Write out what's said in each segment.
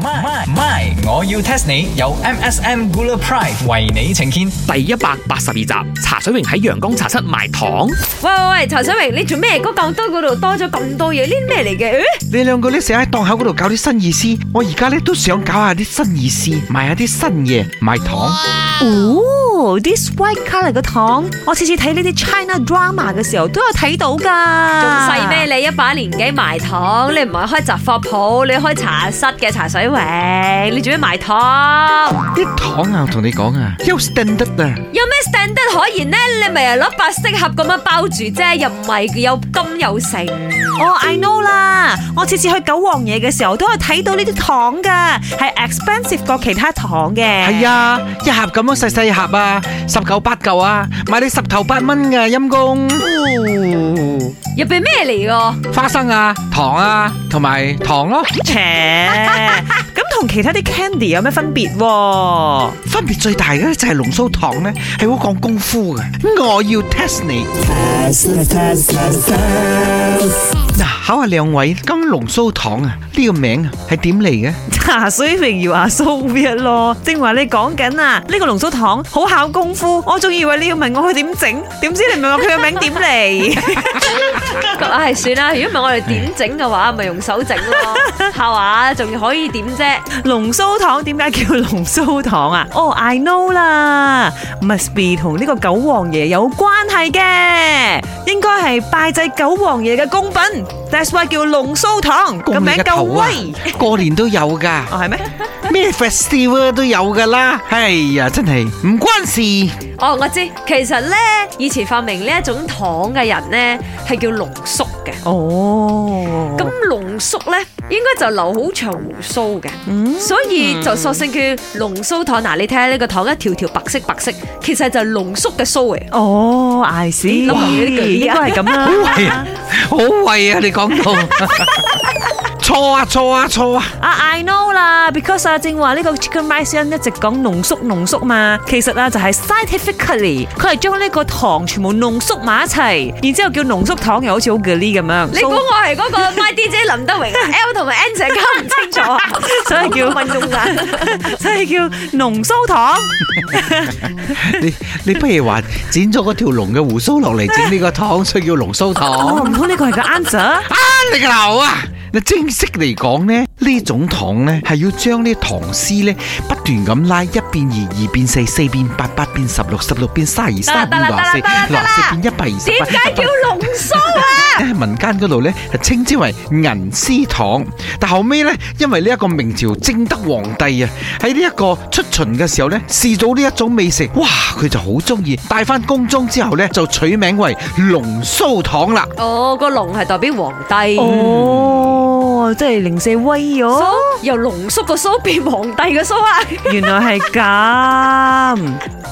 My My，我要 test 你有 MSM Gula Pride 為你呈現。第一百八十二集，茶水榮喺陽光茶室賣糖。喂喂喂，茶水榮，你做咩？嗰嚿堆嗰度多咗咁多嘢，呢啲咩嚟嘅？誒你兩個咧成日喺檔口嗰度搞啲新意思，我而家咧都想搞下啲新意思，賣下啲新嘢，賣糖。哦，this white colour 嘅糖，我次次睇呢啲 China drama 嘅時候都有睇到噶。仲仲細咩？你一把年紀賣糖，你唔係開雜貨鋪，你開茶室嘅茶水榮，你做咩賣糖？啲糖啊，我同你講啊，有 standard à. 啊，有咩 standard 可言呢？你咪係攞白色盒咁樣包住啫，又唔係有金有成。哦、i know 啦，我次次去九皇嘢嘅時候都有睇到呢啲糖噶，係 expensive 過其他糖嘅。係啊，一盒咁樣細細盒啊，十九八嚿啊，買你十頭八蚊噶，陰公。入邊咩嚟㗎？花生啊，糖啊，同埋糖咯， 切，咁同其他啲 candy 有咩分別喎？ 分別最大嘅咧就係濃縮糖咧，係好講功夫嘅。我要 test 你。嗱，考下兩位，咁濃縮糖啊，呢個名啊係點嚟嘅？茶水榮耀阿蘇 weird 咯，正話你講緊啊，呢個濃縮糖好考功夫，我仲以為你要問我佢點整，點知你問我佢嘅名點嚟？唉，算啦，如果唔係我哋點整嘅話，咪用手整咯，係嘛？仲可以點啫？濃酥糖點解叫濃酥糖啊？ 哦、i know 啦，must be 同呢個九皇爺有關係嘅，應該係拜祭九皇爺嘅供品，that's why 叫濃酥糖，個公名你個夠頭啊威。！ 過年都有噶，哦，係咩？咩 festival 都有噶啦。哎呀，真係唔關事。哦，我知，其實咧，以前發明呢一種糖嘅人咧，係叫濃縮嘅。哦，咁濃縮咧，應該就留好長胡鬚嘅，所以就索性叫濃鬚糖。嗱，你睇下呢個糖一條條白色白色，其實就係濃縮嘅鬚嚟。哦，I see，諗完呢句 應該係咁啦。好慧啊，好慧啊！你講 到錯啊，錯啊，錯啊！啊，I À, know 啦，because à, 啊，正話呢個 Chicken Rice Inn 一直講濃縮濃縮嘛，其實啊就係 scientifically，佢係將呢個糖全部濃縮埋一齊，然之後叫濃縮糖，又好似好 g 喱咁樣。你估 So- 我係嗰個 My DJ 林德榮啊 L 同埋 N 成搞唔清 楚啊？所以叫問中 眼。所以叫濃縮糖？你你不如話剪咗嗰條龍嘅胡鬚落嚟整呢個糖，所以叫龍鬚糖哦，。唔通呢個係個 answer？啊，你個頭啊！嗱，正式嚟講呢，呢種糖呢係要將呢糖絲呢不斷咁拉，一變二，二變四，四變八，八變十六，十六變三二，三得變啦六十四，得啦得六啦十四變一百二十點八。解叫濃縮啊？喺民間嗰度咧，係稱之為銀絲糖。但後尾咧，因為呢一個明朝正德皇帝啊，喺呢一個出巡嘅時候咧，試到呢一種美食，哇！佢就好中意，帶翻宮中之後咧，就取名為龍鬚糖啦。哦，個龍係代表皇帝。哦，即係零四威蘇咗，由濃縮個蘇變皇帝個蘇啊！ 原來係咁。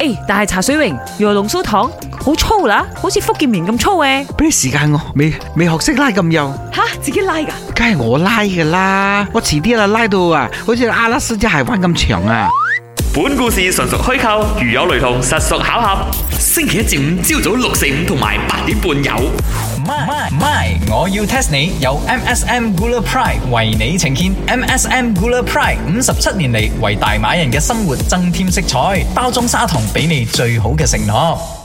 誒，但係茶水榮，原來濃縮糖好粗啦，好似福建麵咁粗嘅。俾啲時間我，未未學識拉咁幼，吓，自己拉噶？梗係我拉噶啦。我遲啲啊拉到啊，好似阿拉斯加海灣咁長啊！本故事純屬虛構，如有雷同，實屬巧合。星期一至五朝早六四五同埋八點半有。 My My My，我要 test 你有 MSM Gula Pride 為你呈現。MSM Gula Pride 五十七年嚟為大馬人嘅生活增添色彩，包裝砂糖俾你最好嘅承諾。